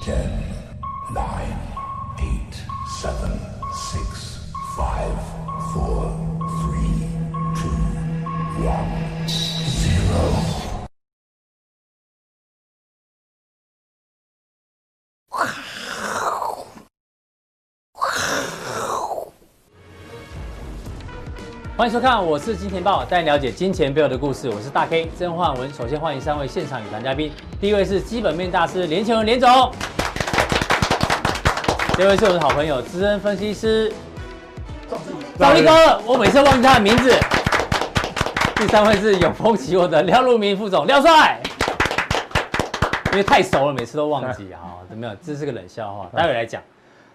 Ten, nine, eight, seven, six, five, four, three, two, one, zero. 欢迎收看，我是金钱豹，带你了解金钱背后的故事。我是大 K 曾焕文。首先欢迎三位现场与谈嘉宾，第一位是基本面大师连前文连总，第二位是我的好朋友资深分析师赵立哥，我每次忘记他的名字。第三位是永丰期货的廖路明副总廖帅，因为太熟了，每次都忘记啊，怎么样？这是个冷笑话，待会来讲。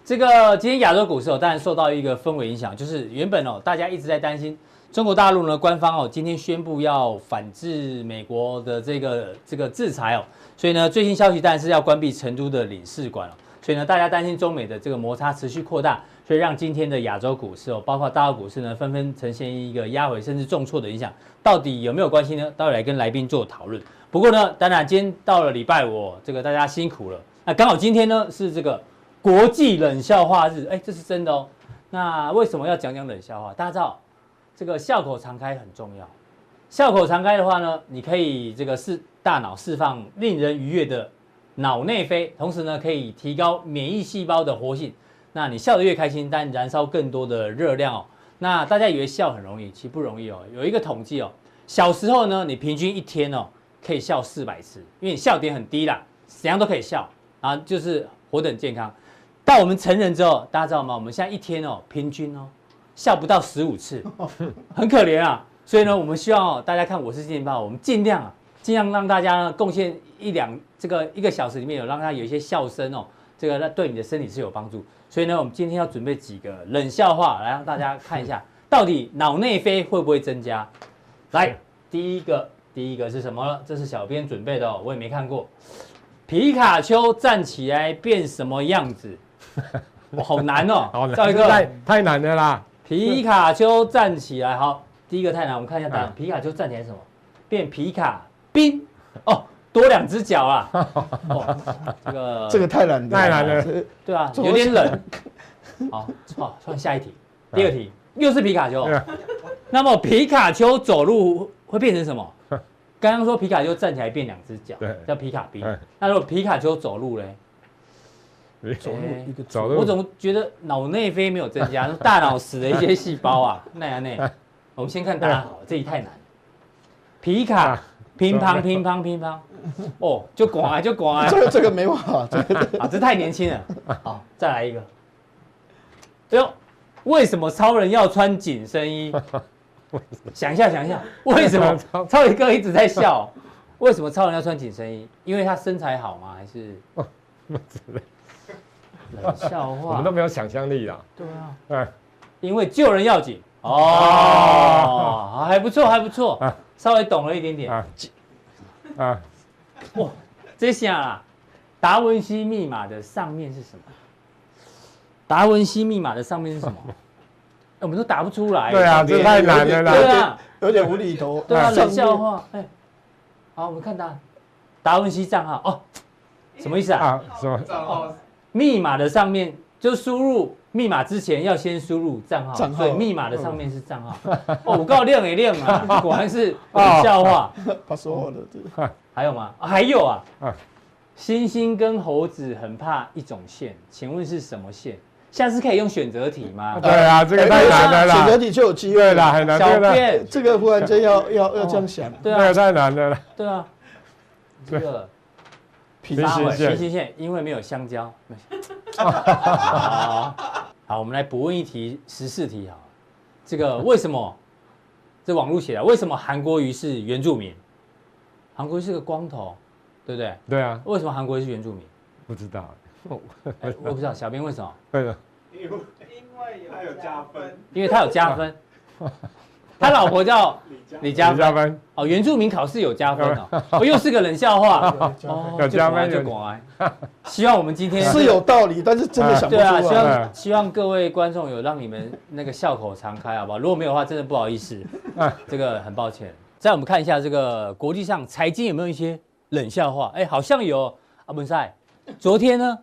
这个今天亚洲股市哦，当然受到一个氛围影响，就是原本哦，大家一直在担心中国大陆呢，官方哦今天宣布要反制美国的这个这个制裁哦，所以呢，最新消息当然是要关闭成都的领事馆哦，所以呢，大家担心中美的这个摩擦持续扩大，所以让今天的亚洲股市哦，包括大陆股市呢，纷纷呈现一个压回甚至重挫的影响，到底有没有关系呢？待会来跟来宾做讨论。不过呢，当然今天到了礼拜五、哦，这个大家辛苦了。那刚好今天呢是这个国际冷笑话日，哎，这是真的哦。那为什么要讲讲冷笑话？大家知道，这个笑口常开很重要。笑口常开的话呢，你可以这个释大脑释放令人愉悦的脑内啡，同时呢可以提高免疫细胞的活性。那你笑得越开心，但燃烧更多的热量哦。那大家以为笑很容易，其实不容易哦。有一个统计哦，小时候呢，你平均一天哦可以笑四百次，因为你笑点很低啦，怎样都可以笑啊，就是活得很健康。到我们成人之后，大家知道吗？我们现在一天哦，平均哦，笑不到十五次，很可怜啊。所以呢，我们希望哦，大家看《我是金钱豹》，我们尽量啊，尽量让大家呢贡献一两这个一个小时里面有让他有一些笑声哦，这个那对你的身体是有帮助。所以呢，我们今天要准备几个冷笑话来让大家看 一下，到底脑内啡会不会增加？来，第一个，第一个是什么呢？这是小编准备的哦，我也没看过。皮卡丘站起来变什么样 子？哇好难哦！好难，赵一这哥，太太难了啦！皮卡丘站起来，好，第一个太难，我们看一啊下答案。皮卡丘站起来是什么？变皮卡冰哦，多两只脚 啊！哦这个这个太难了，太难了这对啊，怎么有点冷。好，好，换下一题，第二啊题又是皮卡丘对啊。那么皮卡丘走路会变成什 么？刚刚说皮卡丘站起来变两只脚对，叫皮卡冰哎。那如果皮卡丘走路嘞？走哎路一个走路，我总觉得脑内啡没有增 加，大脑死了一些细胞啊，那样那样。我们先看答案好了，这题太难了。皮卡啊乒乓乒乓乒乓，哦，就广啊就广啊这，个这个没办法，这个啊，这太年轻 了。好，再来一个。哎呦，为什么超人要穿紧身 衣？想一下，想一下，为什超么超人哥一直在笑？为什么超人要穿紧身衣？因为他身材好吗？还是哦冷笑我话们都？没有想象力啦。对啊。哎，因为救人要紧哦，还不错，还不错，稍微懂了一点点。啊啊，哇，这下啦，达文西密码的上面是什么？达文西密码的上面是什 么？哎我们都答不出来。对啊，这这个太难了对啦。啊，有点无厘头。对啊，上面冷笑，话。哎，好，我们看答案。达文西账号哦，什么意思啊？啊，什么？密码的上面就输入密码之前要先输入账号，账号所以密码的上面是账号。嗯 哦，我告练也练 啊，果然是冷笑话。哦他说的这个还有吗？啊还有啊啊，猩猩跟猴子很怕一种线，请问是什么线？下次可以用选择题吗？对啊，哎这哎个太难了选择啦。题就有机会对啊啦，了。很难。小这个太便这个忽然间要要要这样想，对这个啊，太难了啦。对啊，这个平平八行尾线平行线，因为没有香 蕉。好，好，我们来补问一题，十四题好了。这个为什么？这网络写的，为什么韩国瑜是原住民？韩国瑜是个光头，对不对？对啊，为什么韩国瑜是原 住民？不知道。哎我不知道，小编为什么？对了，因为因为有加分，因为他有加 分，他老婆叫李嘉加芬。分，哦，原住民考试有加分哦，哦又是个冷笑 话。哦，有加分就广安就广安。希望我们今天是有道理，但是真的想不对啊，出希来。望希望各位观众有让你们那个笑口常开，好不好？如果没有的话，真的不好意思，这个很抱歉。再我们看一下这个国际上财经有没有一些冷笑话？哎，好像有阿文赛，昨天呢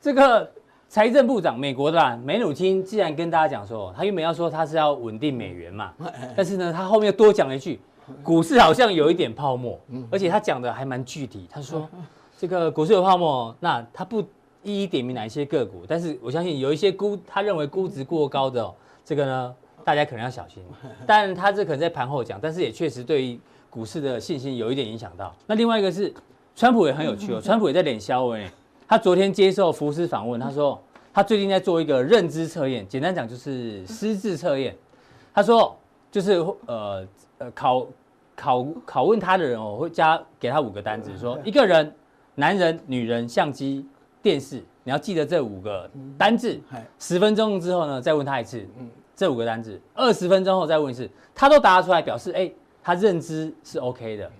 这个财政部长美国的啦，梅努钦既然跟大家讲说，他原本要说他是要稳定美元嘛，哎但是呢，他后面又多讲了一句，嗯股市好像有一点泡沫，而且他讲的还蛮具体，他说这个股市有泡沫，那他不一一点名哪一些个股，但是我相信有一些估他认为估值过高的、哦，这个呢，大家可能要小心。 但他这可能在盘后讲，但是也确实对于股市的信心有一点影响到。那另外一个是，川普也很有趣哦，川普也在脸消文，他昨天接受福斯访问，他说他最近在做一个认知测验，简单讲就是失智测验。他说就是呃呃考考拷问他的人哦，我会加给他五个单词，说一个人、男人、女人、相机、电视，你要记得这五个单字。嗨十分钟之后呢，再问他一次，这五个单字，二十分钟后再问一次，他都答得出来，表示哎、他认知是 OK 的。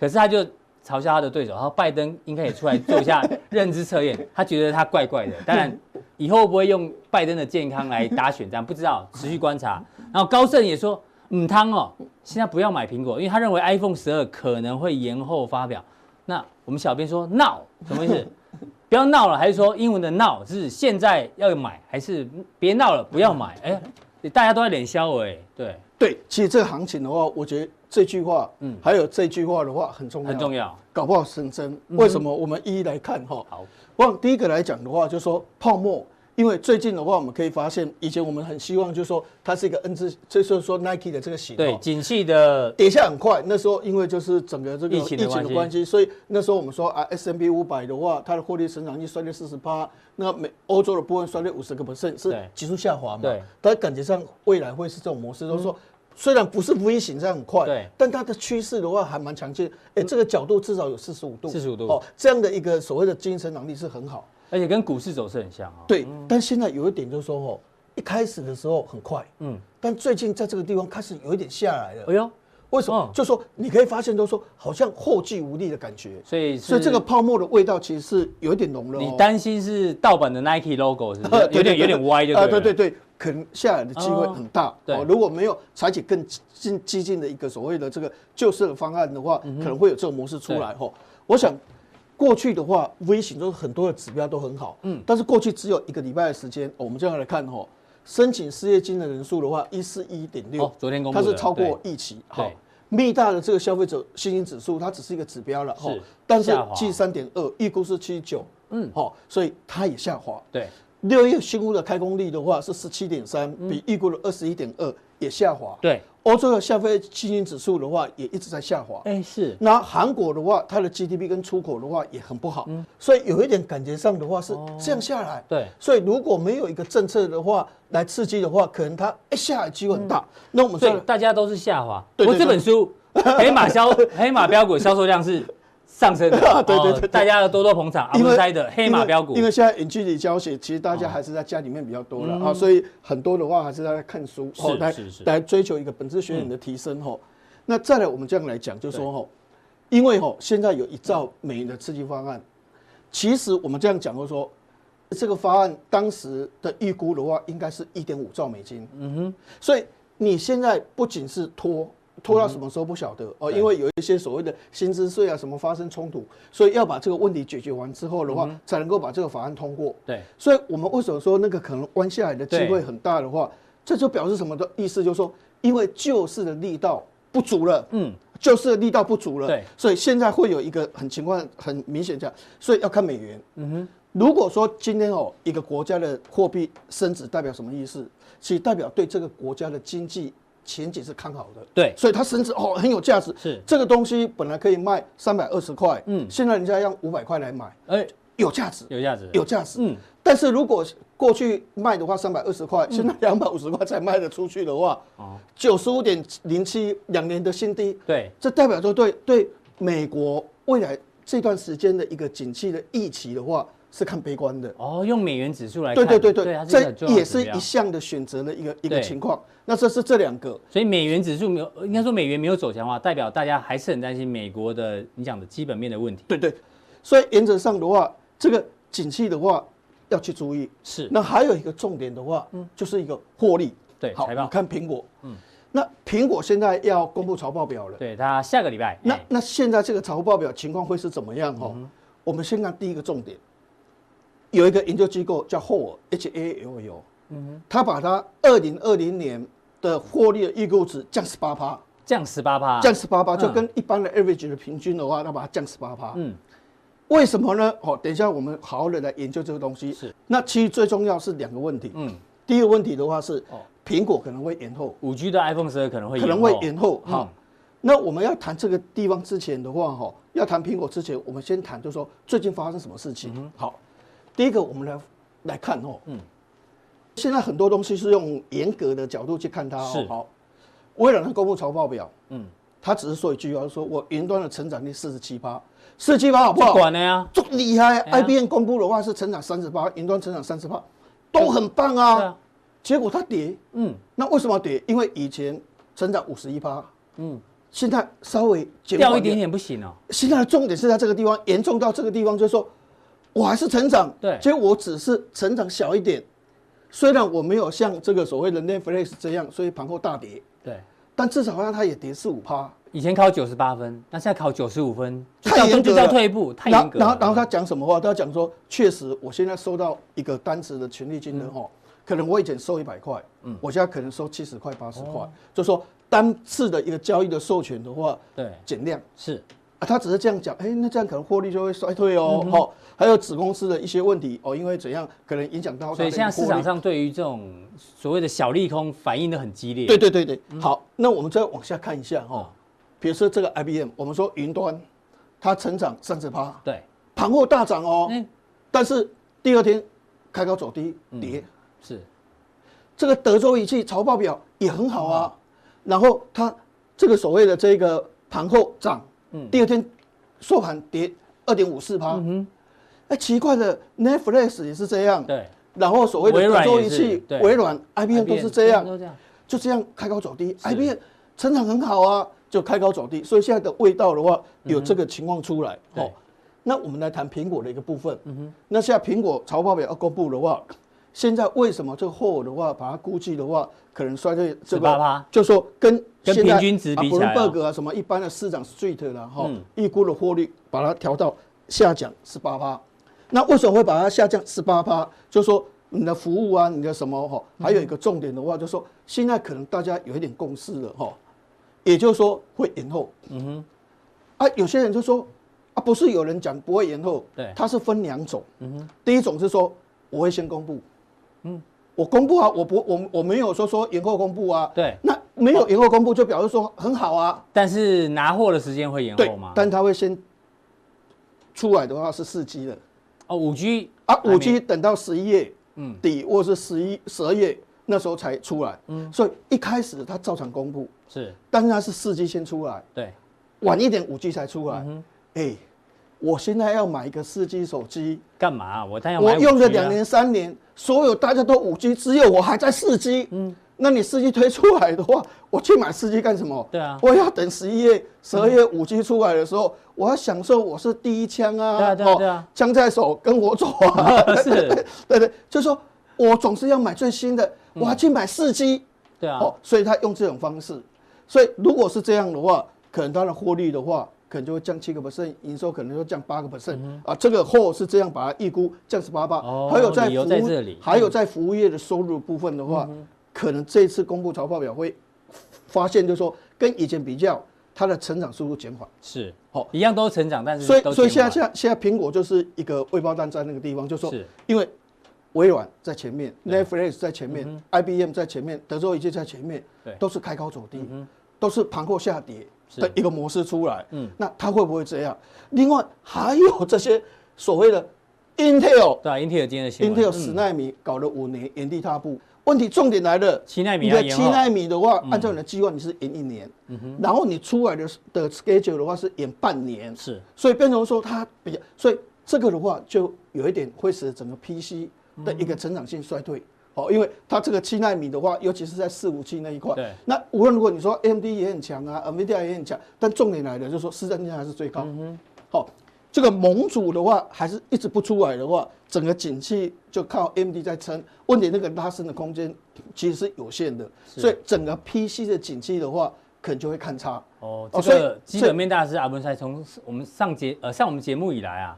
可是他就嘲笑他的对手，然后拜登应该也出来做一下认知测验，他觉得他怪怪的。当然，以后会不会用拜登的健康来打选战，不知道，持续观察。然后高盛也说，嗯，汤哦，现在不要买苹果，因为他认为 iPhone 十二可能会延后发表。那我们小编说闹什么意思？不要闹了，还是说英文的闹是现在要买，还是别闹了不要买？嗯哎、大家都在脸消哎、对，对，其实这个行情的话，我觉得这句话，嗯嗯，还有这句话的话很重要，很重，要。搞不好是真。为什么？我们一一来看哈。好，我往第一个来讲的话，就说泡沫，因为最近的话，我们可以发现，以前我们很希望，就是说它是一个 N 字，就是说 Nike 的这个型，对，，景气的跌下很快。那时候因为就是整个这个疫疫情的情的关系关系，所以那时候我们说啊，S M B 五百的话，它的获利成长率衰退四十八，那美欧洲的部分衰退五十个 percent 是对急速下滑嘛？对，嗯但感觉上未来会是这种模式，就是说。虽然不是 V 型这样很快，对嗯但它的趋势的话还蛮强劲。哎、这个角度至少有四十五度， 45度哦，这样的一个所谓的经营成长力是很好。而且跟股市走势很像哦。对，但现在有一点就是说哦，一开始的时候很快，嗯嗯，但最近在这个地方开始有一点下来哎了。呦，为什哦么？就说你可以发现，都说好像后继无力的感觉，所以是所以这个泡沫的味道其实是有一点浓了哦。你担心是盗版的 Nike logo 是不对是？ 对有点对有点歪就啊对对了。对对，可能下来的机会很大。对哦如果没有采取更激激进的一个所谓的这个救市的方案的话，嗯可能会有这种模式出来。吼，我想。过去的话，V 型中很多的指标都很好，嗯，但是过去只有一个礼拜的时间、哦我们这样来看吼，申请失业金的人数的话，一四一点六哦，昨天公布它的是超过对预期，好对，密大的这个消费者信心指数，它只是一个指标了，吼是但是下滑七三点二，预估是七九，嗯，好，所以它也下滑，对六月新屋的开工率的话是十七点三，比预估的二十一点二也下滑。，嗯对，欧洲的消费信心指数的话也一直在下滑。哎是那韩国的话，它的 GDP 跟出口的话也很不好，所以有一点感觉上的话是这样下嗯来。哦对所以如果没有一个政策的话来刺激的话，可能它一下来机会很大。那我们所以说，大家都是下滑。对不对过这本书 黑马销黑马标股销售量是上升的， 对对哦对对大家要多多捧场。阿文啊塞的黑马标股因为，因为现在远距离教学，其实大家还是在家里面比较多了、啊，所以很多的话还是在看书，嗯哦是来是是嗯来追求一个本质学员的提升哦。那再来我们这样来讲，就说哦，因为哦现在有一兆美元的刺激方案，其实我们这样讲过说。这个方案当时的预估的话，应该是一点五兆美金。嗯哼，所以你现在不仅是拖，拖到什么时候不晓得哦，因为有一些所谓的薪资税啊什么发生冲突，所以要把这个问题解决完之后的话，才能够把这个法案通过。对所以我们为什么说那个可能弯下来的机会很大的话，这就表示什么的意思？就是说，因为救市的力道不足了，嗯，救市的力道不足了，对所以现在会有一个很情况很明显这样，所以要看美元，嗯哼。如果说今天哦，一个国家的货币升值代表什么意思？其实代表对这个国家的经济前景是看好的。对所以它升值哦很有价值。是这个东西本来可以卖三百二十块，嗯嗯，现在人家要五百块来买，哎有价值。有价值有价值。嗯嗯，但是如果过去卖的话三百二十块，现在两百五十块才卖得出去的话，九十五点零七两年的新低，哦对这代表着对对美国未来这段时间的一个景气的预期的话是看悲观的。哦，用美元指数来对看，对对它对，是一个很这重要的也指是标一项的选择的一个一对个情况。那这是这两个，所以美元指数没有，应该说美元没有走强的话，代表大家还是很担心美国的你讲的基本面的问题。对对，所以原则上的话，这个景气的话要去注意。是，嗯那还有一个重点的话，就是一个获利。对好，财我报们看苹果，嗯，那苹果现在要公布财报表了，对它下个礼拜，那哎嗯那现在这个财务报表情况会是怎么样？哦，我们先看第一个重点，有一个研究机构叫霍尔 H A L U，嗯，他把它二零二零年的获利的预估值降十八趴，降十八趴，降十八趴，就嗯跟一般的 average 的平均的话，他把它降十八趴。嗯，为什么呢？哦，等一下我们好好的来研究这个东西。是，那其实最重要是两个问题。嗯，第一个问题的话是哦，苹果可能会延后，五 G 的 iPhone 十二可能会可能延会后嗯延后。哈，那我们要谈这个地方之前的话，哈，要谈苹果之前，我们先谈，就是说最近发生什么事嗯情。好，第一个我们来来看哦，嗯，现在很多东西是用严格的角度去看它哦是。好，微软的公布财报表，嗯嗯，他只是说一句话，他说我云端的成长率四十七趴，四十七趴好不不好？管了呀，这么厉哎害、呀 i b m 公布的话是成长三十八，云端成长三十八，都很棒啊。对啊，结果它跌，嗯，那为什么跌？因为以前成长五十一趴，嗯嗯，现在稍微减缓掉一点。点不行哦，现在的重点是在这个地方，严重到这个地方，就是说我还是成长，对结果我只是成长小一点。虽然我没有像这个所谓的 Netflix 这样，所以盘后大跌，对，但至少让它也跌四五趴。以前考九十八分，那现在考九十五分，就太叫严格就叫了退步，太然严后格了。然后然后他讲什么话？他讲说，确实我现在收到一个单子的权利金嗯的哦，可能我以前收一百块，我现在可能收七十块、八十哦块，就说单次的一个交易的授权的话，对减量是啊，他只是这样讲，哎，那这样可能获利就会衰退嗯哦，哦，还有子公司的一些问题哦，因为怎样可能影响到它所的以一个现在市获利场上对于这种所谓的小利空反应的很激烈。对对对对，嗯好，那我们再往下看一下哈、哦，比如说这个 IBM，我们说云端它成长三十趴，对，盘后大涨哦，嗯但是第二天开高走低跌。是这个德州仪器财报表也很好嗯啊，然后它这个所谓的这个盘后涨，嗯第二天收盘跌二点五四趴。哎，奇怪的，Netflix 也是这样，对，然后所谓的微德软州也仪是器对、微软、IBM 都是这样，都这样，就这样开高走低，IBM 成长很好啊，就开高走低，所以现在的味道的话，有这个情况出来、嗯对哦。那我们来谈苹果的一个部分，那现在苹果财报表要公布的话，现在为什么这个货的话，把它估计的话，可能衰退这18%个，就说跟啊跟现在平均值比起来啊啊，Bloomberg 啊什么一般的市场啊 Street 啦，哈嗯，预估的获利把它调到下降十八趴。那为什么会把它下降十八趴？就是说你的服务啊，你的什么哈，还有一个重点的话，就是说现在可能大家有一点共识了哈，也就是说会延后。嗯哼，啊，有些人就说啊，不是有人讲不会延后，对它是分两种。嗯哼，第一种是说我会先公布，嗯，我公布啊，我不我我没有说说延后公布啊，对那没有延后公布就表示说很好啊，但是拿货的时间会延对哦后吗，？但它会先出来的话是四 G 的。哦，五 G 啊，五 G 等到十一月底或是十一十二月那时候才出来，所以一开始它照常公布，是但是它是四 G 先出来，对晚一点五 G 才出来。哎，我现在要买一个四 G 手机，干嘛啊？我当然要我买用 5G 啊了两年三年，所有大家都五 G，只有我还在四 G。嗯，那你四 G 推出来的话，我去买四 G 干什么？对啊我要等十一月、十二月五 G 出来的时候，我要享受我是第一枪啊，对啊对啊哦对啊枪在手跟我走啊， 是，对对，就说我总是要买最新的，我还去买四 G。对啊，哦，所以他用这种方式，所以如果是这样的话，可能它的获利的话，可能就会降七个 percent，营收可能就降八个 percent 啊。这个后是这样把它预估降十八八嗯哦，还有在理由服在务这里嗯还有在服务业的收入部分的话，可能这一次公布财报表会发现，就是说跟以前比较，它的成长速度减缓。是哦一样都成长，但是所以都，所以减现缓在现在现在苹果就是一个未爆弹在那个地方，就说是因为微软在前面，Netflix 在前面、i b m 在前面，德州仪器在前面嗯对，嗯都是开高走低，都是盘后下跌的一个模式出来。嗯嗯，那它会不会这样？另外还有这些所谓的 Intel。对啊，Intel 今天的新闻 Intel 十纳米搞了五年，原地踏步。问题重点来了， 7奈米你要的延七后嗯纳米的话，按照你的计划你是延一年，然后你出来的的 schedule 的话是延半年，嗯是所以变成说它比较，所以这个的话就有一点会使整个 PC 的一个成长性衰退。哦，因为它这个七纳米的话，尤其是在四五七那一块对，那无论如果你说 AMD 也很强啊，NVIDIA 也很强，但重点来了，就是说市占率还是最高。好、这个盟主的话还是一直不出来的话，整个景气就靠 AMD 在撑。问题那个拉升的空间其实是有限的，所以整个 PC 的景气的话，可能就会看差。哦，这哦所以个基所以本面大师阿文赛从我们上节呃上我们节目以来啊，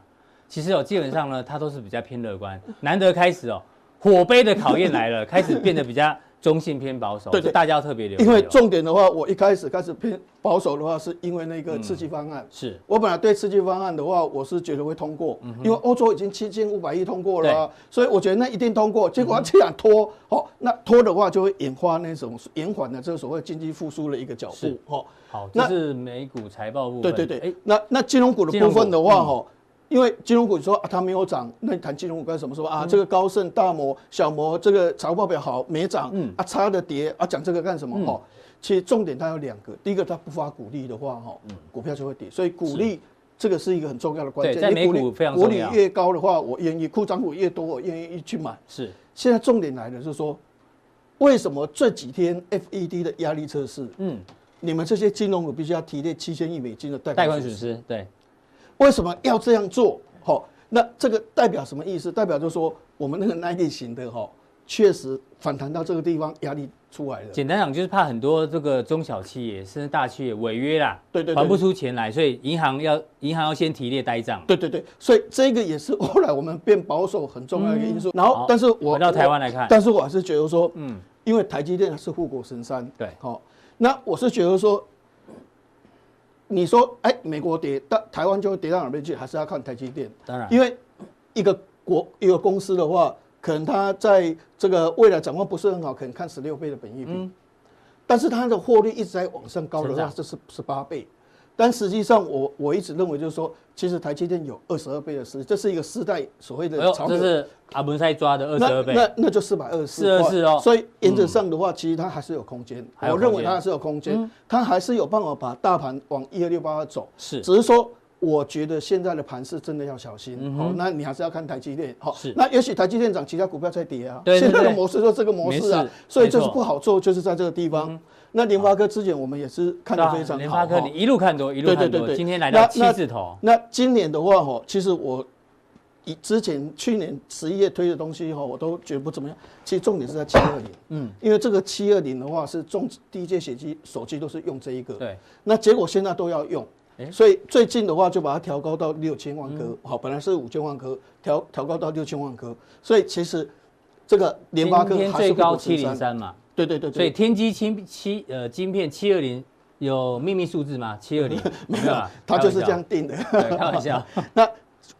其实哦，基本上呢，它都是比较偏乐观。难得开始哦，火杯的考验来了，开始变得比较中性偏保守， 对对这大家要特别留意哦。因为重点的话，我一开始开始偏保守的话，是因为那个刺激方案。是我本来对刺激方案的话，我是觉得会通过，因为欧洲已经七千五百亿通过了啊、所以我觉得那一定通过。结果它既然拖，哦，那拖的话就会引发那种延缓的这个所谓经济复苏的一个脚是步，哦。好，这那是美股财报部对分。对对哎，，那那金融股的金融部股嗯分的话，哈，因为金融股你说啊它没有涨，那你谈金融股干什么？说嗯啊这个高盛、大摩、小摩这个财务报表好没涨，嗯啊差的跌啊讲这个干什么？哈，其实重点它有两个，第一个它不发股利的话，哈，嗯股票就会跌，所以股利。这个是一个很重要的关对键，在你美股利非常股重利要越高的话，我愿意；库存股越多，我愿意去买。是现在重点来了，就是说，为什么这几天 FED 的压力测试，嗯，你们这些金融股必须要提列七千亿美金的贷贷款款损损失？失，对，为什么要这样做？好、那这个代表什么意思？代表就是说我们那个 Nike 型的哈、确实反弹到这个地方压力出来了。简单讲就是怕很多这个中小企业甚至大企业违约啦，对对对还不出钱来，所以银行要银行要先提列呆账。对对对，所以这个也是 后来我们变保守很重要的一个因素。然嗯好后，但是我回到台湾来看我但是我还是觉得说，嗯嗯，因为台积电它是护国神山，对好、那我是觉得说，你说哎，美国跌，但台湾就会跌到哪边去，还是要看台积电。当然因为一个国一个公司的话，可能它在这个未来展望不是很好，可能看十六倍的本益比，但是它的获利一直在往上高嗯的成话长，这是十八倍。但实际上我，我一直认为就是说，其实台积电有二十二倍的市，这是一个世代所谓哎的呦，潮这流。是阿文塞抓的二十那二倍，那那就四百二十424哦所以原则上的话，其实它还是有空间，嗯还有我空间嗯认为它还是有空间，它还是有办法把大盘往一二六八二走。是只是说，我觉得现在的盘势真的要小心。好，那你还是要看台积电。好嗯是，那也许台积电涨，其他股票在跌啊。对对现在的对模式就这个模式没啊事，所以就是没错嗯不好做，就是在这个地方。那联发科之前我们也是看得非常好。啊联发科哈你一路看多，一路看对对多，对对今天来到七那字头，那今年的话，哈，其实我以之前去年十一月推的东西，哈，我都觉得不怎么样。其实重点是在七二零，嗯，因为这个七二零的话是中低阶手机手机都是用这一个，对，那结果现在都要用。所以最近的话，就把它调高到六千万颗，嗯好，本来是五千万颗，调调高到六千万颗。所以其实这个联发科今天还是最高护国七神零山，三嘛，对对对所以对，天玑芯七呃晶片七二零有秘密数字吗？七 二零没有啊，它就是开玩笑这样，定的。对开玩 笑，那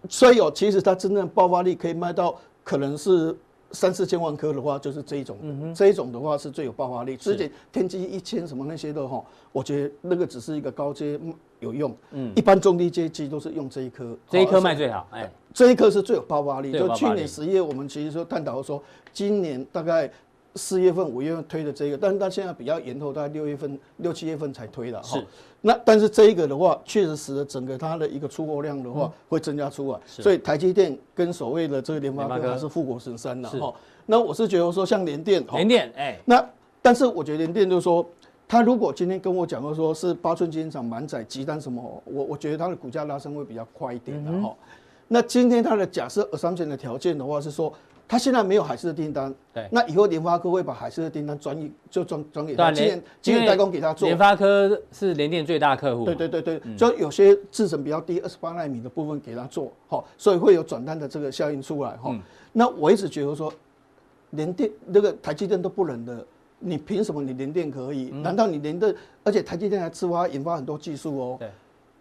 所以哦，其实它真正爆发力可以卖到可能是三四千万颗的话，就是这一种，嗯这一种的话是最有爆发力。之前天玑一千什么那些的哈，我觉得那个只是一个高阶嗯有用，嗯，一般中低阶机都是用这一颗，这一颗哦卖最好，哎，这一刻是最有爆发力。最有就爆发去力年十月，我们其实说探讨说，今年大概四月份、五月份推的这个，但是它现在比较延后，大概六月份、六七月份才推了。哈是。那但是这一个的话，确实使得整个它的一个出货量的嗯话会增加出来，所以台积电跟所谓的这个联发联发科科还是护国神山了是哈。那我是觉得说，像联电，哈联电哎，那但是我觉得联电就是说，他如果今天跟我讲过说是八寸晶厂满载集单什么，我我觉得它的股价拉升会比较快一点的啊嗯哈。那今天它的假设 assumption 的条件的话是说，它现在没有海事的订单，对那以后联发科会把海事的订单转移就转转给对啊他，今联年今年代工给他做联。发科是联电最大客户嘛，嗯对对对对，就有些制程比较低，二十八纳米的部分给它做，好，所以会有转单的这个效应出来哈。嗯那我一直觉得说，联电那个台积电都不能的，你凭什么你联电可嗯以？难道你联电？而且台积电还自发研发很多技术哦。对。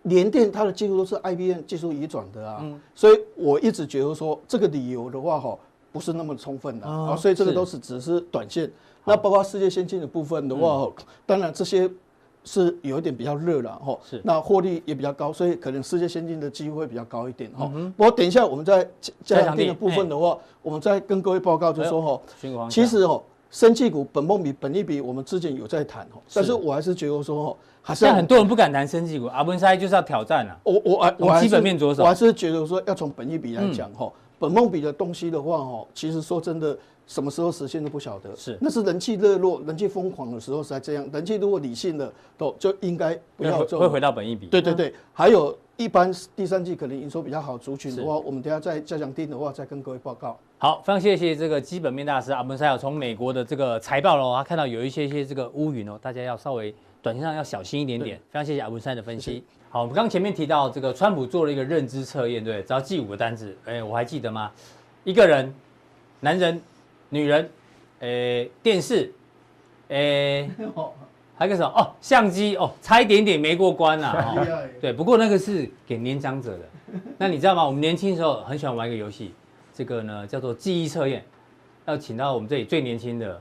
联电它的技术都是 IBM 技术移转的啊，嗯所以我一直觉得说这个理由的话哈，不是那么充分的哦啊，所以这个是都是只是短线。那包括世界先进的部分的话，嗯哦当然这些是有一点比较热了哈，是那获利也比较高，所以可能世界先进的机会比较高一点嗯哈。不过等一下我们在加加加强强定定的部分的哎话，我们再跟各位报告就说哈，循环其实哦，生技股本梦比本利比我们之前有在谈哈，但是我还是觉得说哦，还是现要在很多人不敢谈生技股，阿文塞就是要挑战啊，我我还从我还是基本面着手嗯我还是觉得说要从本益比来讲哈、本梦比的东西的话哈，其实说真的，什么时候实现都不晓得。是那是人气热络、人气疯狂的时候才这样。人气如果理性了，都就应该不会要回做。会回到本益比，对对对，还有一般第三季可能营收比较好族群的话，我们等一下再加强定的话再跟各位报告。好，非常谢谢这个基本面大师阿文塞尔从美国的这个财报喽，他看到有一些些这个乌云哦，大家要稍微短线上要小心一点点。非常谢谢阿文山的分析。好，我们刚前面提到这个川普做了一个认知测验，对不对，只要记五个单字，哎，我还记得吗？一个人，男人、女人，哎，电视， 哎，还有个什么？哦，相机，哦，差一点点没过关呐、啊。哦对，不过那个是给年长者的。那你知道吗？我们年轻的时候很喜欢玩一个游戏，这个呢叫做记忆测验，要请到我们这里最年轻的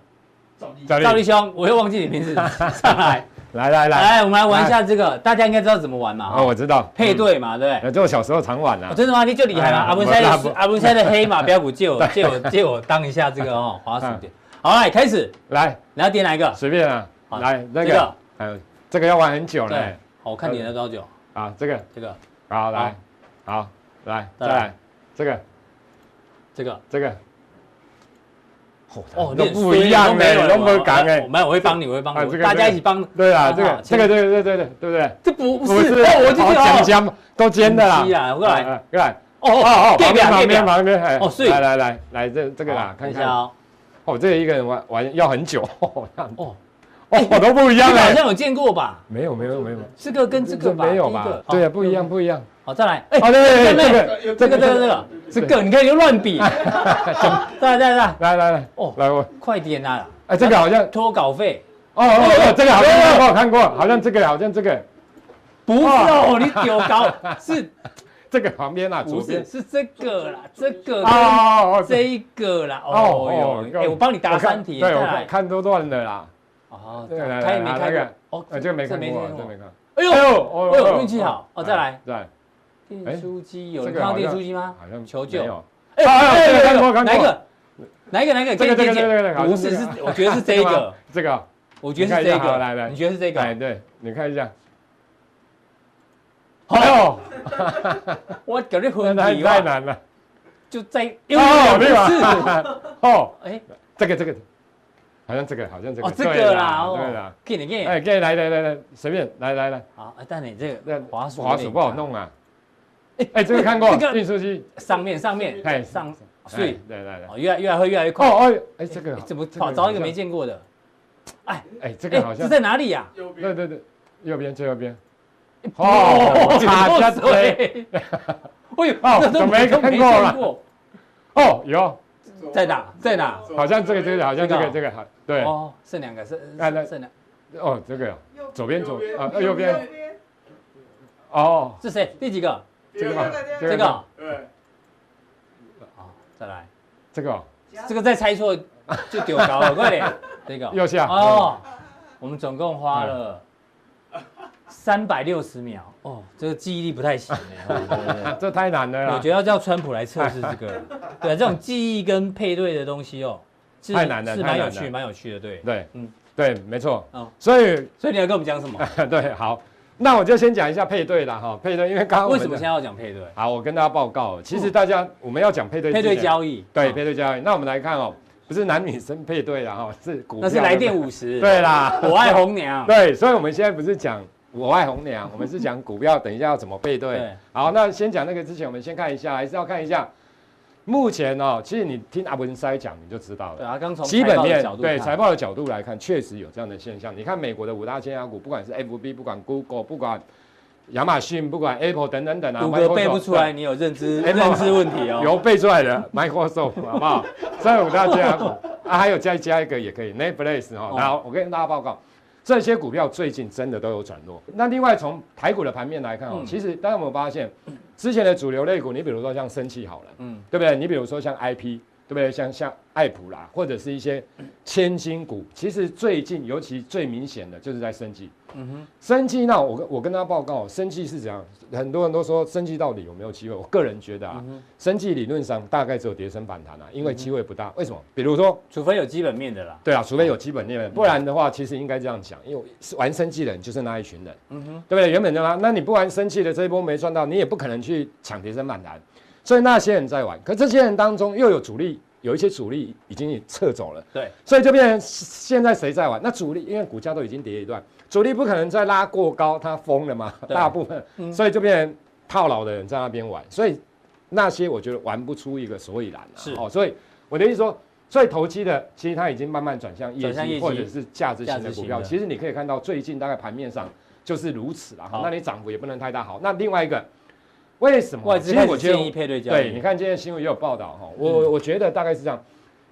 赵赵丽立兄，我又忘记你名字， 上来，来来来，来，我们来玩一下这个，大家应该知道怎么玩嘛，哦，哦，我知道哎配，对嘛，对不对？呃，这我小时候常玩哦啊，真的吗？你就厉害了，哎阿文我山大的不阿文山的 黑马标股借我借我借我当一下这个哦滑鼠点。嗯好，来开始，来你要点哪一个？随便啊，好来那这个个，还有这个要玩很久对嘞，，好，哦我看你能多久？啊，这个这个好来，好来再再来来，这个这个这个，哦，都你很不衰一样你没有哎人都不敢哎我没有，我会帮你，我会帮啊你，这个大家这个一起帮。对啊，啊这好个这个对对对对对不对？这不不是，哦，我就好觉得尖尖都尖的不是啊啦，过来啊，啊过来。哦哦哦哦哦，，对旁边旁边边旁边，哎哦所以来来来来，这这这个啦，看一下看，哦。哦，这个一个人玩玩要很久， 哦，这样哦，哦，我都不一这样个好嘞，像有见过吧？没有没有没有，这个跟这个吧，没有第一吧个？对啊，不一。样不一样，好好，再来，哎哦对对妹对，妹这个这个这个这个这个，你看又乱 比。再来再来再来，来来来，哦哦，来我，快点啦！哎，这个好像，拖稿费哦哦哦，这个好像看过看过，好像这个好像这个不是哦，你丢稿 是这个旁边啊，不左是边，是这个啦？这个哦跟哦哦这一个啦。哦哦哟，哎，我帮你答三题，再对我来看。看都乱了啦，哦，对来开来没拿开过那个？哦呃，这个没看这过啊，看这个没看，哎呦，呦哎呦运气好哦再来对，订书机有这人个看到好订像书机吗？好像求救没有哎哎哎哎这个看过哎看过哪一个？哪一个？哪一个？这个可以这个借鉴这个这个好不像是这是个，我觉得是这个个吗，这个哦，我觉 得是这你看一下好来个，来你觉得是这哎个？对，你看一下，好哎呦，我搞这混那太题太吧，难了，就在因为哦，我没不有啊是， 哦，哎这个这个，好像这个好像这个，哦这对个啦，对哦啦，，给你给你，哎，可以来来来来，随便来来来，好，哎但你这那个滑鼠滑有鼠点不好长，弄啊，哎，这个看过这个，运输机，上面上面哎上，所对以对对对，哦越来越来会越来越快，哦哎哎这个哎好怎么这找找一个好没像见过的？哎这哎个好，这像，在哪里呀？右对边对对，右边最右边，哦哦，，卡 加卡加推推，，哎呦，哦这都怎么没都看过了见过哦有，左在哪在哪左好像这个这个好像这这个个这个好，对，哦，剩两个，剩哎来剩剩两，哦这个左边左啊右右边边哦是谁？第几个？这个右吧边这这个个哦，对，好再来，这个哦这个再猜错就丢高了，快点，这 个右下哦，我们总共花了三百六十秒，哦，这个记忆力不太行 哎，哦对对对这太难了啦，我觉得要叫川普来测试这个， 对啊，这种记忆跟配对的东西哦，是太难了是太蛮有难趣，了蛮有趣的，对。对，嗯嗯，对，没错。哦所以所以你要跟我们 讲什么？对，好，那我就先讲一下配对啦，哈，配对，因为刚刚为我们什么的现在要讲配对？好，我跟大家报告，其实大家我们要讲配对之配前，对交易，对嗯配对交易。那我们来看哦，不是男女生配对啦，哈，是股那票是来电的五十， 对啦，我爱红娘，对，所以我们现在不是讲我爱红 娘，我们是讲股票，等一下要怎么配对对。好，那先讲那个之前，我们先看一下，还是要看一下目前哦，其实你听阿文塞讲你就知道了对。啊，刚从基财本报的面角度对看财报的角度来看，确实有这样的现象。你看美国的五大千家股，不管是 FB，不管 Google，不管亚马逊，不管 Apple 等等等啊，谷歌背不 Microsoft，出来，你有认知哎认知问题对哦。有背出来的 Microsoft 好不好？这五大千家股啊，还有再加一个也可以 Netflix 哈哦。然后我跟大家报告。这些股票最近真的都有转弱。那另外从台股的盘面来看哦，嗯其实大家有没有发现，之前的主流类股，你比如说像生气好了，嗯，对不对？你比如说像 IP，对不对？像像爱普啦，或者是一些千金股，其实最近尤其最明显的就是在生技。嗯哼，生技那我跟我跟大家报告，哦生技是怎样？很多人都说生技到底有没有机会？我个人觉得啊，嗯哼嗯生技理论上大概只有跌升反弹啊，因为机会不大。为什么？比如说，除非有基本面的啦。对啊，除非有基本面，不然的话，其实应该这样讲，因为玩生技的人就是那一群人。嗯哼，对不对？原本的嘛，那你不玩生气的这一波没赚到，你也不可能去抢跌升反弹，所以那些人在玩，可这些人当中又有主力，有一些主力已经撤走了，对，所以就变成现在谁在玩？那主力因为股价都已经跌一段，主力不可能再拉过高，他疯了嘛，对大部分，嗯所以就变成套牢的人在那边玩，所以那些我觉得玩不出一个所以然、啊，是哦，所以我的意思说。所以投机的其实它已经慢慢转向业转向业绩绩或者是价值型价值的型股票。的其实你可以看到最近大概盘面上就是如此啦。好哈，那你涨幅也不能太大。好，那另外一个为什么？外资哦其开实我始觉得建议配对交对，易你，看今天新闻也有报道哈，嗯我我觉得大概是这样。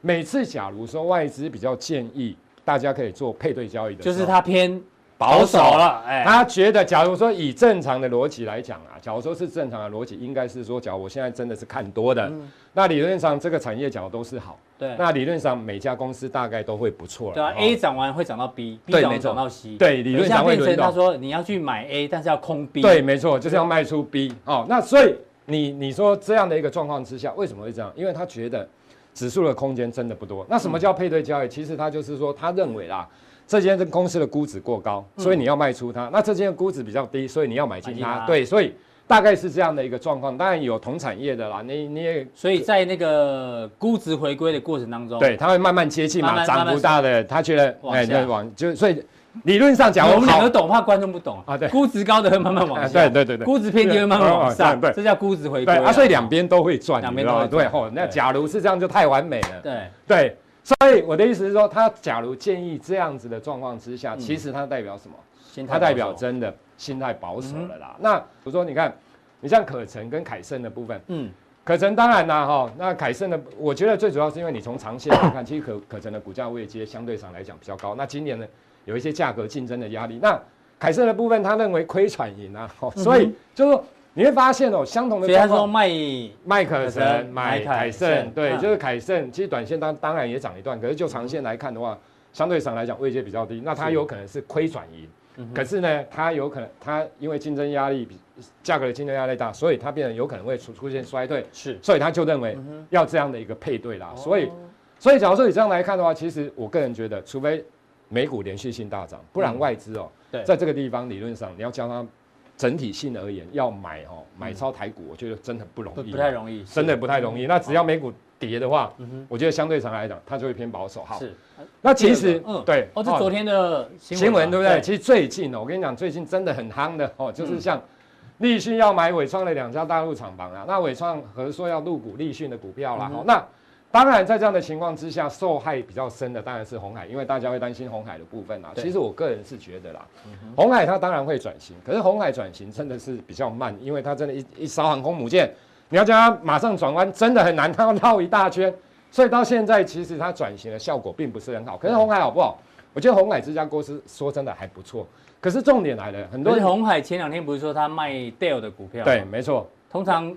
每次假如说外资比较建议大家可以做配对交易的时就候，是它偏保保守守了，哎，他觉得，假如说以正常的逻辑来讲啊，假如说是正常的逻辑，应该是说，假如我现在真的是看多的，那理论上这个产业角都是好，嗯对那理论上每家公司大概都会不错了。对啊哦，A 涨完会涨到 B，B 对涨完没错涨到 C，对理论上等一下会变成轮动他说你要去买 A，但是要空 B，对，，没错，就是要卖出 B 哦。那所以你你说这样的一个状况之下，为什么会这样？因为他觉得指数的空间真的不多。那什嗯么叫配对交易？其实他就是说，他认为啦，这间公司的估值过高，所以你要卖出它；那这间估值比较低，所以你要买进嗯买进它它。对，所以大概是这样的一个状况。当然有同产业的啦，你你也。所以在那个估值回归的过程当中，，对，他会慢慢接近慢嘛，慢涨慢慢幅大的，他觉得往哎，下对，往就所以理论上讲，我们两好个懂，怕观众不懂啊对估值高的会慢慢往哎下，对对对哦对估值偏低会慢慢往上，对对对这叫估值回归对啊，所以两边都会赚，两你边知道吗都会对赚吼。那对假如是这样，就太完美了。对对，所以我的意思是说，他假如建议这样子的状况之下，其实它代表什么？嗯心态它代表保守嗯真的心态保守了啦。那比如说，你看，你像可成跟凯盛的部分，嗯，可成当然啦哈，那凯盛的，我觉得最主要是因为你从长线 来看，其实可可成的股价位阶相对上来讲比较高。那今年呢，有一些价格竞争的压力。那凯盛的部分，他认为亏转盈啊，哦所以就是说你会发现哦，相同嗯的所以他状说况。卖麦可成买买凯凯盛盛，对，嗯就是凯盛。其实短线当当然也涨一段，可是就长线来看的话，相对上来讲位阶比较低，那它有可能是亏转盈。嗯可是呢，它有可能它因为竞争压力比价格的竞争压力大，所以它变得有可能会出出现衰退，是嗯哦所以他就认为要这样的一个配对啦。所以，所以假如说你这样来看的话，其实我个人觉得，除非美股连续性大涨，不然外资哦、嗯对在这个地方理论上你要叫它整体性而言要买哦、买超台股，我觉得真的不容不易，啊不太容易，真的不太容易。那只要美股跌的话，我觉得相对上来讲，它就会偏保守。好，是。那其第实二个嗯对，哦，这昨天的新闻啊新嘛闻对不对？其实最近哦，我跟你讲，最近真的很夯的哦，就是像立讯要买伟创的两家大陆厂房啊，那伟创和说要入股立讯的股票啦。哦，那当然在这样的情况之下，受害比较深的当然是红海，因为大家会担心红海的部分啦。对其实我个人是觉得啦，红海它当然会转型，可是红海转型真的是比较慢，因为它真的一一艘航空母舰，你要叫它马上转弯真的很难，它要绕一大圈。所以到现在，其实它转型的效果并不是很好。可是红海好不好？我觉得红海这家公司说真的还不错。可是重点来了，很可多是人红海前两天不是说他卖 Dell 的股票？对，，没错，通常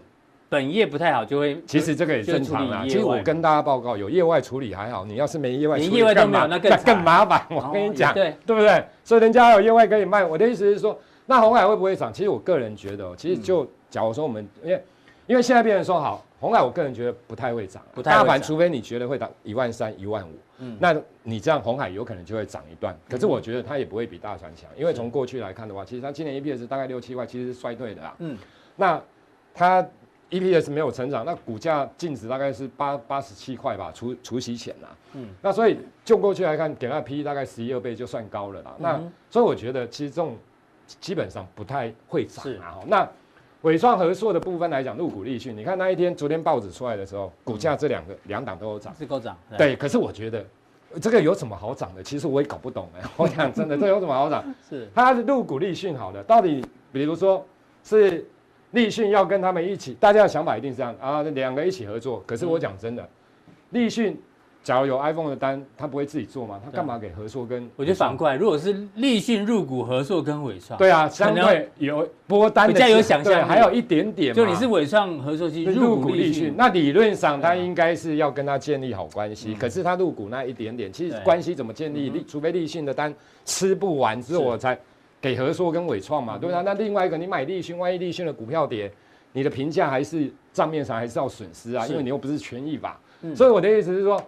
本业不太好就会，其实这个也正常啦。就其是处理业实外嘛我跟大家报告，有业外处理还好，你要是没业外处理，连业外都 干嘛没有那更惨更麻烦。我哦跟你讲，也对不对？所以人家有业外可以卖。我的意思是说，那红海会不会涨？其实我个人觉得哦，其实嗯就假如说我们，因为因为现在别人说好，红海我个人觉得不太会涨啊，不太会涨嗯大盘除非你觉得会到一万三、一万五，那你这样红海有可能就会涨一段。可是我觉得它也不会比大船强，因为从过去来看的话，其实它今年 EPS 大概六七块，其实是衰退的啦。嗯嗯，那它 EPS 没有成长，那股价净值大概是八八十七块吧，除除息前啦。嗯，那所以就过去来看，给它 P E 大概十一二倍就算高了啦。那所以我觉得其实这种基本上不太会涨是啊。齁那伟创和硕的部分来讲，入股立讯，你看那一天昨天报纸出来的时候，股价这两个两档都有涨。是够涨。不，对，可是我觉得呃这个有什么好涨的？其实我也搞不懂哎、我讲真的，这有什么好涨？是它的入股立讯好了，到底比如说是立讯要跟他们一起，大家的想法一定是这样啊，两个一起合作。可是我讲真的，立讯假如有 iPhone 的单，他不会自己做吗？他干嘛给合作跟？我觉得反过来，如果是立讯入股合硕跟伟创，对啊，可相能对有波单的比较有想象对力还有一点点嘛。就你是伟创合硕去入入股股立立讯讯，，啊那理论上他应该是要跟他建立好关系，可是他入股那一点点，其实嗯对嗯关系怎么建立？立除非立讯的单吃不完之后，是嗯我才给和硕跟伟创嘛，对啊。那另外一个，你买立讯，万一立讯的股票跌，你的评价还是账面上还是要损失啊，是因为你又不是权益法。嗯所以我的意思是说，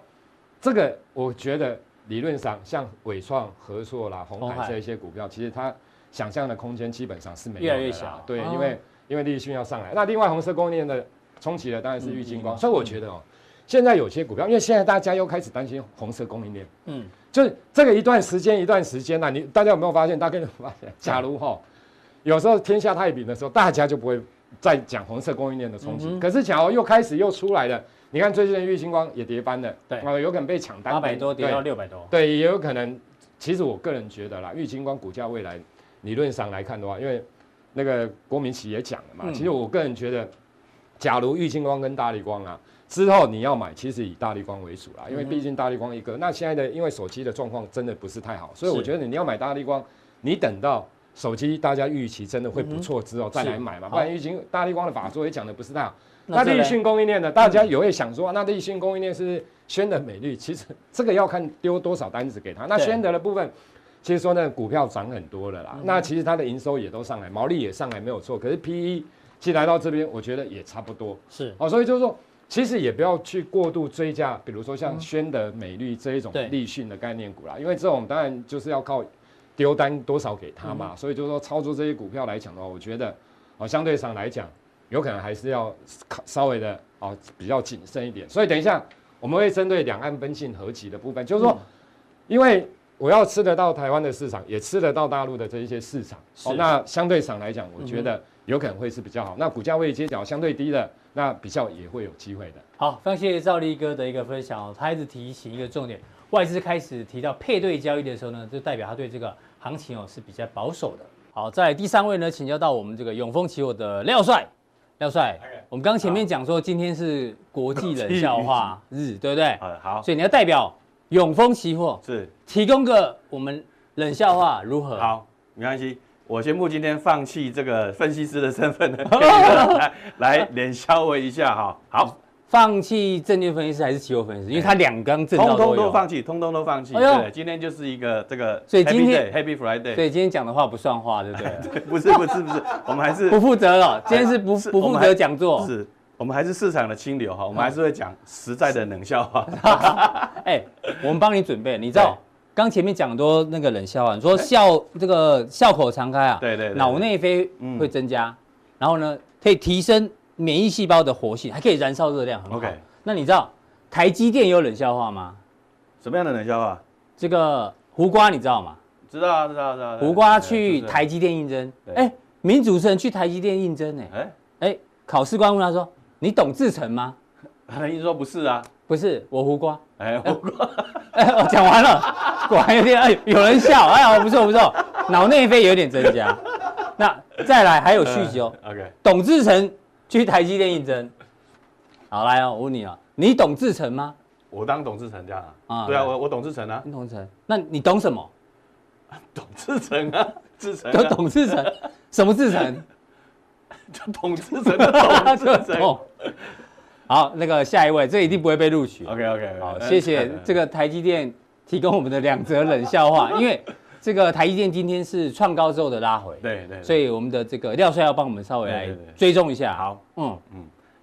这个我觉得理论上像伟创、和硕啦、红红海海这一些股票，其实它想象的空间基本上是没有越来的越啦小对，哦因为因为立讯要上来，那另外红色供应链的冲击的当然是玉金光，所以我觉得哦，现在有些股票，因为现在大家又开始担心红色供应链，嗯嗯，就是这个一段时间一段时间呐、你大家有没有发现？大家有没有发现？假如哈、有时候天下太平的时候，大家就不会再讲红色供应链的冲击，可是假如又开始又出来了，你看最近的玉星光也跌翻了，对啊、有可能被抢单，八百多跌到对六百多，对，也有可能。其实我个人觉得啦，玉金光股价未来理论上来看的话，因为那个郭明奇也讲了嘛，嗯其实我个人觉得，假如玉金光跟大力光啊之后你要买，其实以大力光为主嗯啦，因为毕竟大力光一个，那现在的因为手机的状况真的不是太好，所以我是觉得你要买大力光，你等到。手机大家预期真的会不错之后再来买嘛，好不然玉金大力光的法说也讲的不是太好。那那这立嘞讯供应链呢？大家也会想说，那立讯供应链是不是宣德美绿，其实这个要看丢多少单子给他。那对嗯宣德的部分，其实说呢，股票涨很多了啦。那其实它的营收也都上来，毛利也上来，没有错。可是 P E 其实来到这边，我觉得也差不多。是哦，所以就是说，其实也不要去过度追加，比如说像宣德、美绿这一种嗯对立讯的概念股啦，因为这种当然就是要靠丢单多少给他嗯嘛，所以就是说操作这些股票来讲的话，我觉得哦，相对上来讲，有可能还是要靠稍微的哦比较谨慎一点。所以等一下我们会针对两岸分性合集的部分，就是说，嗯因为。我要吃得到台湾的市场，也吃得到大陆的这一些市场。哦是那相对上来讲，我觉得有可能会是比较好。那股价位阶角相对低的，那比较也会有机会的。好，非常谢谢赵力哥的一个分享哦，他一直提醒一个重点，外资开始提到配对交易的时候呢，就代表他对这个行情哦是比较保守的。好，在第三位呢，请教到我们这个永丰期货的廖帅，廖帅，哎我们刚前面讲说今天是国际冷笑话日，对不对？呃，好，所以你要代表永丰期货是提供个我们冷笑话如何？，好，没关系。我宣布今天放弃这个分析师的身份 呢，来来脸稍微一下哈。好，放弃证券分析师还是期货分析师？因为他两刚证通到通都都有。放弃，通通都放弃。哎呦对，今天就是一个这个 Happy 所以今 Day，Happy Friday，天 Happy Friday， 所以今天讲的话不算话，对不对？不是不是不是，我们还 是不负责了，今天是不哎是不我负们责还讲座。是，我们还是市场的清流哈，我们还是会讲实在的冷笑话。哎，我们帮你准备，你知道刚前面讲多那个冷笑话，你说笑这个笑口常开啊，对对对嗯脑内啡会增加，然后呢可以提升免疫细胞的活性，还可以燃烧热量，很好。嗯 OK 那你知道台积电有冷笑话吗？什么样的冷笑话？这个胡瓜你知道吗？知道啊知道啊知道啊。胡瓜对去，就台是积电应征，对哎，民主持人去台积电应征，哎哎，哎，考试官问他说：“你懂制程吗他的意思说不是啊，？”不是，我胡瓜。哎，胡瓜哎， 我讲完了，果然有点哎，有人笑，哎呀，不错不错，脑内啡有点增加。那再来还有续集哦， OK，董志成去台积电应征。好来哦，我问你啊，你懂志成吗？我当董志成这样啊啊。对啊，对我我董志成啊，你懂志成？那你懂什么？董志成啊，志成有啊，董志成，什么志成？就董志成的 董志成懂。好，那个下一位，这一定不会被录取。 OK OK，好，谢谢这个台积电提供我们的两则冷笑话，因为这个台积电今天是创高之后的拉回。对对，所以以我们的这个廖帅要帮我们稍微来对对对追踪一下。好，嗯，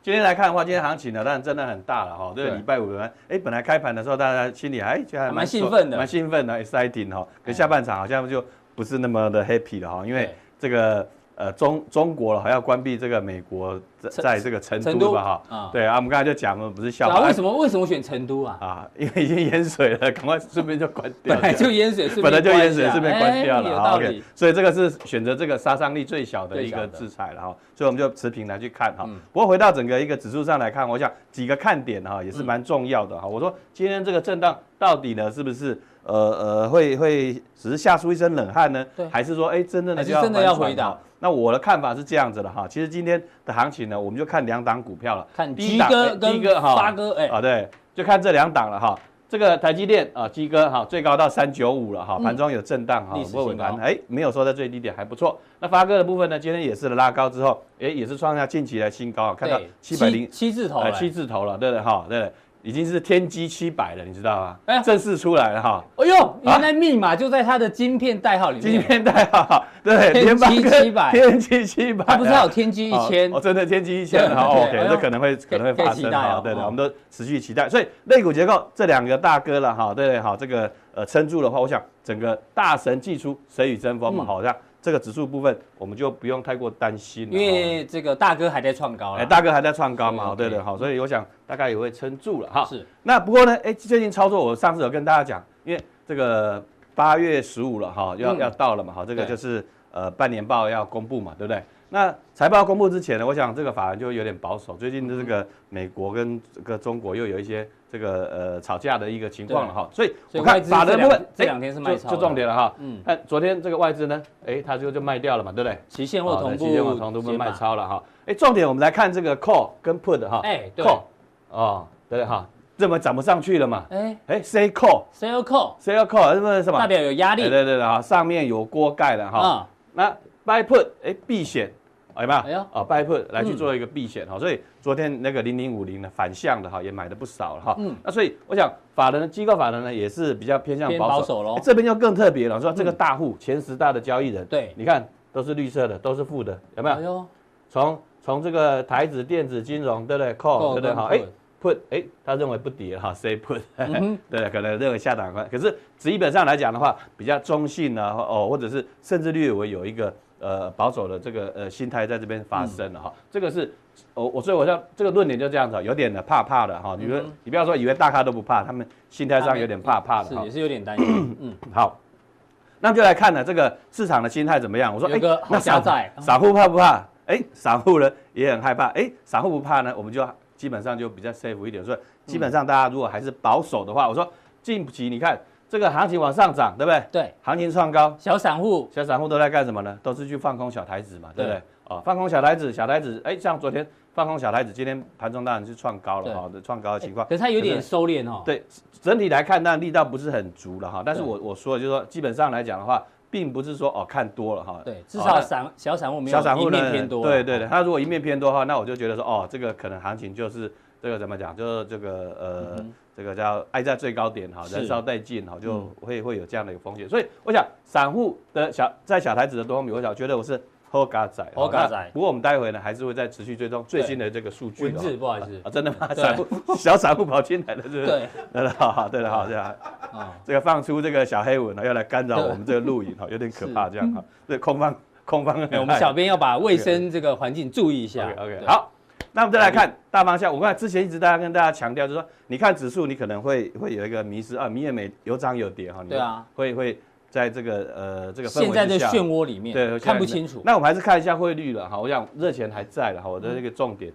今天来看的话，今天行情呢，当然真的很大了哈。这个对礼拜五呢，哎，本来开盘的时候大家心里哎就还还蛮兴奋的蛮兴奋的，exciting 哈。可下半场好像就不是那么的 happy 了哈，因为对这个呃中中国了还要关闭这个美国在成在这个成成都都吧啊哈。对啊，我们刚才就讲了，不是笑啊，话为什么为什么选成都啊？啊，因为已经淹水了，赶快顺便就关 本掉这样。来就淹水，顺本便来就淹水，关一下顺便关掉哎了。有好道 OK，理。所以这个是选择这个杀伤力最小的一最个小的嗯制裁了哈。所以我们就持平来去看哈。不过回到整个一个指数上来看，我想几个看点哈也嗯是蛮重要的哈。我说今天这个震荡到底呢是不是呃呃会会只是吓出一身冷汗呢对？还是说哎真正的还是就要真的要反转回档哈？那我的看法是这样子的哈。其实今天的行情呢，我们就看两档股票了，看第一鸡档哎哥第一跟个哈发哥，哎，啊，对，就看这两档了哈。这个台积电啊，鸡哥哈，最高到三九五了哈，盘中有震荡哈嗯历史，不过尾新高盘哎没有说在最低点，还不错。那发哥的部分呢，今天也是拉高之后，哎也是创下近期的新高，啊看到对七百零七字头哎呃了，七字头了，对对哈，对对，已经是天玑七百了，你知道吗？哎正式出来了哈，哎啊呦，原来密码就在它的晶片代号里今面。天太好，对，天玑联700发科天玑七百，它不是还有天玑一千哦，？真的天玑一千了对哦哎，OK，呦这可能会可能会可以发期生待哦哈，对的，哦我们都持续期待。所以肋骨结构这两个大哥了哈，对对好，这个呃撑住的话，我想整个大神祭出，谁与争锋嘛，嗯好像这个指数部分我们就不用太过担心了因哈，为这个大哥还在创高哎了。大哥还在创高嘛，对哦对的 OK 好，所以我想大概也会撑住了哈。是那不过呢，哎，最近操作我上次有跟大家讲，因为这个八月十五了哈，要、嗯要到了嘛，哈，这个对就是呃半年报要公布嘛，对不对？那财报公布之前呢，我想这个法人就有点保守。最近的这嗯个美国跟这个中国又有一些这个呃吵架的一个情况了哈，所以所以我外看资法人这部两分这哎两天是卖就超就的重点了哈。嗯嗯，但昨天这个外资呢，哎，它就就卖掉了嘛，对不对？期现货好同对步，期现货同步卖超。超了哈。哎，重点我们来看这个 call 跟 put 哈，哎对，call 哦，对哈，这么涨不上去了嘛？哎哎，say call。 ，sell call C L call 是不是什么？代表有压力哎对对对啊，上面有锅盖了哈。啊，那 buy put 哎避险，哎有没有？哎呦啊 buy put 来去嗯做一个避险哈，所以昨天那个零零五零呢反向的哈也买的不少了哈。嗯嗯，那所以我想法人的机构法人呢也是比较偏向偏保保守守咯嗯哎这边就更特别了，说这个大户前十大的交易人，对你看都是绿色的，都是负的，有没哎有？呦，从从这个台子、电子、金融，对不对够？call 对不对？跟哈， put 哎。put，哎，他认为不跌哈，say put，哼 对，可能认为下档快。可是基本上来讲的话，比较中性啊，哦，或者是甚至略微有一个呃保守的这个呃心态在这边发生了哈、这个是我我所以我说这个论点就这样子，有点的怕怕的哈。你说、你不要说以为大咖都不嗯怕，他们心态上有点怕怕是的哈也。是有点担心，嗯，好，那就来看呢这个市场的心态怎么样。我说，哎有个好那家散在散户怕不怕？哎，散户呢也很害怕。哎，散户不怕呢，我们就基本上就比较 safe 一点。所以基本上大家如果还是保守的话，我说近期你看这个行情往上涨，对不对？对，行情创高，小散户小散户都在干什么呢？都是去放空小台子嘛，对不对对？哦，放空小台子，小台子，哎，像昨天放空小台子，今天盘中当然是创高了哈，创高的情况。可是它有可点是收敛哦，对，整体来看，那力道不是很足了哈。但是对我我说的就是说，基本上来讲的话，并不是说哦看多了哈。对，至哦少那散小散户没有小散一户呢面偏多，啊哦对对对，，他如果一面偏多的话，那我就觉得说哦，这个可能行情就是这个怎么讲，就是这个呃。这个叫爱在最高点哈，嗯是嗯燃烧殆尽哈，就会会有这样的一个风险，所以我想散户的小在小台子的多方面，我想觉得我是 hold 嘎仔啊好嘎仔那不过我们待会呢还是会再持续追踪最新的这个数据文的字哈不好意思啊，，真的吗？对散户 小散户跑进来了，是不是？ 对，对了，好好，对了，好，对了，啊，这个放出这个小黑蚊呢，要来干扰我们这个录影哈，哦有点可怕，这样哈，对，空 方空方，我们小编要把卫生这个环境注意一下 OK，对好，那我们再来看大方向。我刚才之前一直大家跟大家强调，就是说，你看指数，你可能会会有一个迷失啊，你也没有涨有跌哈，哦你对啊，会会在这个呃这个氛围现在的之下漩涡里面，对，看不清楚，那我们还是看一下汇率了哈，我想热钱还在了哈，我的这个重点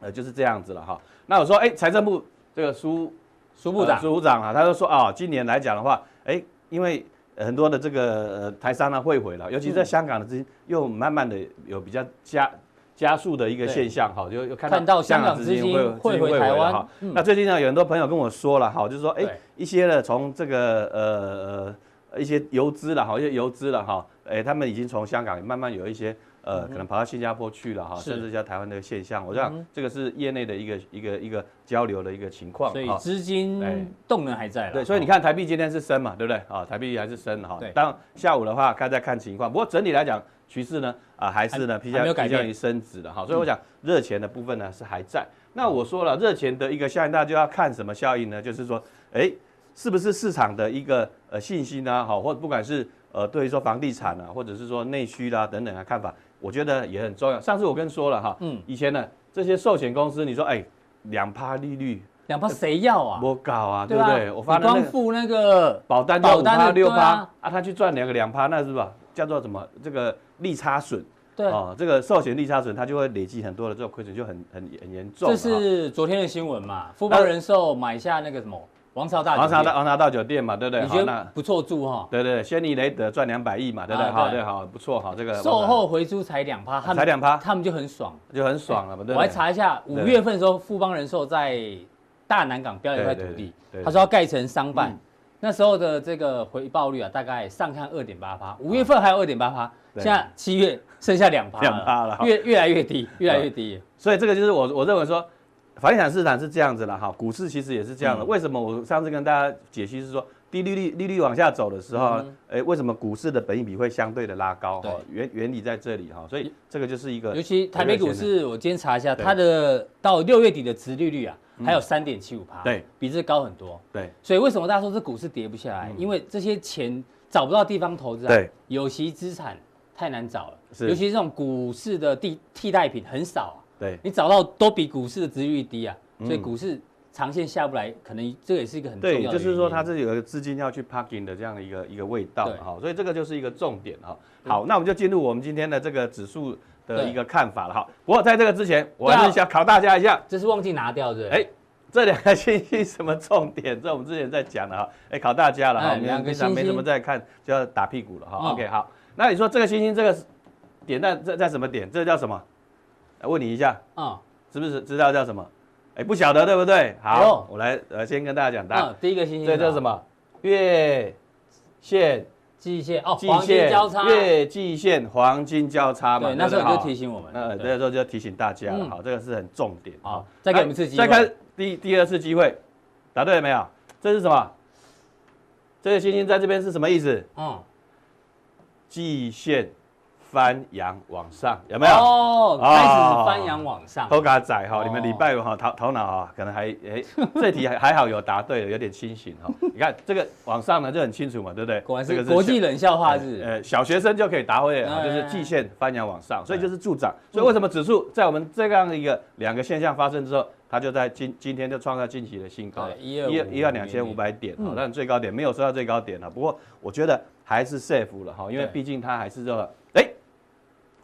呃就是这样子了哈。那我说，哎，财政部这个苏苏部长呃，苏部长啊，他就说啊、今年来讲的话，哎，因为呃很多的这个呃台商呢汇回了，尤其在嗯香港的资金又慢慢的有比较加加速的一个对现象，哈，就又看看到香港港资金汇回台了湾哈嗯那最近呢，有很多朋友跟我说了哈，就是说，哎对，一些呢从这个呃呃一些游资了哈，一些游资了哈，哎，他们已经从香港慢慢有一些。呃，可能跑到新加坡去了哈，嗯是嗯甚至像台湾的现象，我想这个是业内的一个一个一个交流的一个情况。所以哈资金哎动能还在了，对，所以你看看台币今天是升嘛，对不对？啊，台币还是升哈对。当然下午的话，看再看情况。不过整体来讲，趋势呢啊还是呢还偏还向没有改偏向变嗯于升值的哈。所以我想热钱的部分呢是还在。那我说了，热钱的一个效应，大家就要看什么效应呢？就是说，哎，是不是市场的一个呃信心啊，好，或不管是呃对于说房地产啊，或者是说内需啦、等等的看法，我觉得也很重要。上次我跟说了哈，嗯嗯，以前呢这些寿险公司，你说哎两趴利率两趴谁要啊？不高啊，对不吧对？我发你的那光个。付那个保单保保单的单趴六对啊趴啊，他去赚两个两趴，那是吧？叫做什么？这个利差损对，哦，这个寿险利差损，它就会累积很多的这种亏损，就很很很严重。这哦是昨天的新闻嘛？富邦那人寿买下那个什么王朝大酒王店茶大王茶大酒店嘛，对不对？你好，觉那得不错住哈？对对，轩尼雷德赚两百亿嘛，对不对？啊好，对对好，不错哈，这个售后回租才两趴，他们才两趴他们就很爽。就很爽了嘛，对我不还对？查一下，五对月份的时候，富邦人寿在大南港标了一块土对对地对，对嗯他说要盖成商办，那时候的这个回报率啊，大概上看二点八趴，五月份还有二点八趴，嗯对现在七月剩下两趴， 2%了嗯越越来越低，越来越低。所以这个就是我我认为说，房地产市场是这样子了哈，股市其实也是这嗯样的。为什么我上次跟大家解析是说，低利率利率往下走的时候，哎、为什么股市的本益比会相对的拉高？嗯对哈，原原理在这里哈，所以这个就是一个尤其台北股一个市，我今天查一下，对嗯它的到六月底的殖利率啊，还有三点七五趴，对，比这高很多。对所以为什么大家说这股市跌不下来？因为这些钱找不到地方投资啊，嗯对，有息资产太难找了，是尤其这种股市的替替代品很少啊，对你找到都比股市的值率低啊，所以股市长线下不来，可能这个也是一个很重要的嗯对，原因。就是说它这有个资金要去 parking 的这样的一个一个味道对嗯哈、所以这个就是一个重点哈、好，那我们就进入我们今天的这个指数的对一个看法了哈。不过在这个之前，我对啊还是想考大家一下，这是忘记拿掉，对不对？哎，这两个星星什么重点？这我们之前在讲了哈， 哎，考大家了哈，哎我们两个平常星没星怎么在看，就要打屁股了哈。哦 OK，好，那你说这个星星这个点在在在什么点？这叫什么？来问你一下，啊，知不知知道叫什么？哎，不晓得对不对？哎呦好，我来呃先跟大家讲答案，嗯，第一个星星，这叫什？么？月线、季线哦，季黄金线交叉。、对，月季线、黄金交叉嘛。那时候对你不就对提醒我们。那对那时候就提醒大家了，嗯好，这个是很重点。好再给我们一次机会来再看第第二次机会，答对了没有？这是什么？这个星星在这边是什么意思？嗯，季线翻阳往上，有没有？哦，开始哦是翻扬往上。偷嘎仔哈，你们哦礼拜五哈头头脑哈，可能还哎、这题还还好有答对了，有点清醒 哈。你看这个往上呢就很清楚嘛，对不对？果然这是个国际小冷笑话日。呃，小学生就可以答会了哎嗯啊，就是季线翻扬往上，所以就是助涨。所以为什么指数在我们这样一个两个现象发生之后，它就在今今天就创造近期的新高了，对一12500一万两千五百点嗯啊，但最高点没有收到最高点了。不过我觉得还是 safe 了哈，因为对毕竟它还是这个，哎，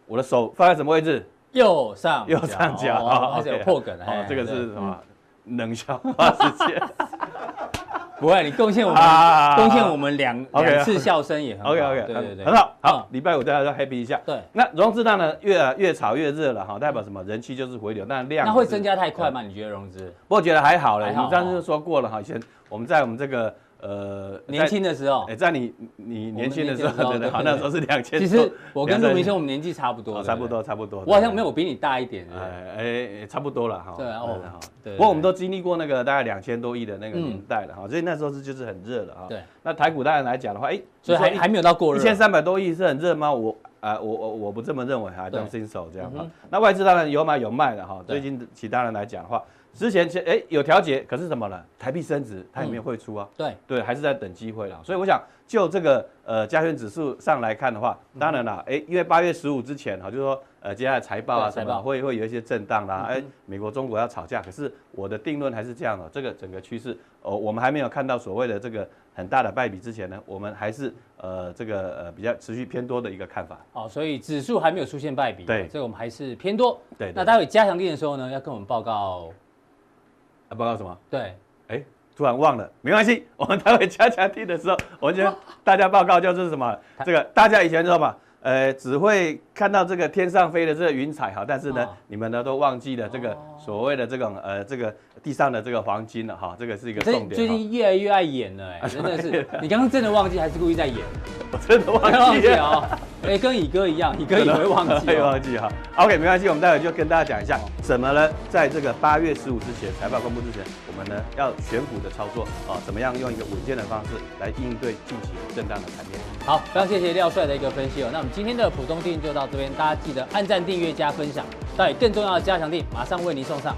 我的手放在什么位置？右上右上角哦哦而且有 OK 破梗了。哦嘿，这个是对嗯什么？冷笑话时 间。 不会，你贡献我们啊贡献我们两 OK，两次笑声也很好。 OK OK，对对对，很好。好嗯，礼拜五大家都 happy 一下。对，那融资当然越呃越炒越热了哈，代表什么？人气就是回流，但量那会是增加太快吗？你觉得融资？不过觉得还好了，还我好们上次就说过了哈，以前我们在我们这个呃年，轻的时候在哎，，在你你年轻的时我们年轻的时候候，对对，好，对对那时候是两千多，其实我跟两三陆明兄我们年纪差不多哦，的，差不多差不多，我好像没有，我比你大一点，对不对哎哎，哎差不多了哈。对啊哦哈对对嗯不过我们都经历过那个大概两千多亿的那个年代了哈，所以那时候是就是很热了哈。对，那台股当然来讲的话，哎，所以你还说一还没有到过一热。千三百多亿是很热吗？我啊、我我我不这么认为，I 啊 don't 对 think so 这样嗯哈、哼那外资当然有买有卖的哈。对最近其他人来讲的话，之前前哎有调节，可是什么呢？台币升值，它也嗯没有汇出啊。对，对，还是在等机会啦。所以我想，就这个呃加权指数上来看的话，嗯当然啦，哎、因为八月十五之前哈，就是说呃接下来财报啊对财什报么会会有一些震荡啦。哎、嗯哼美国中国要吵架，可是我的定论还是这样的、哦这个整个趋势，哦，我们还没有看到所谓的这个很大的败笔之前呢，我们还是呃这个呃比较持续偏多的一个看法。哦，所以指数还没有出现败笔，对所以我们还是偏多。对对那待会加强力的时候呢，要跟我们报告，啊，报告什么？对，哎，突然忘了，没关系， 我们待会加强听的时候，我们就大家报告就是什么，这个大家以前知道嘛，呃，只会看到这个天上飞的这个云彩哈，但是呢，哦你们呢都忘记了这个所谓的这种呃这个地上的这个黄金了哈，这个是一个最重点哦最哈，近越来越爱演了，哎，真的 是，你刚刚真的忘记还是故意在演？我真的 忘忘记记了。哦，哎，跟乙哥一样，乙哥也会忘记 会哦。忘记哈。OK，没关系，我们待会就跟大家讲一下怎么呢，在这个八月十五之前财报公布之前，我们呢要选股的操作啊，怎么样用一个稳健的方式来应对近期震荡的盘面。好，非常谢谢廖帅的一个分析哦。那我们今天的浦东定就到这边，大家记得按赞、订阅、加分享。到底更重要的加强定，马上为您送上。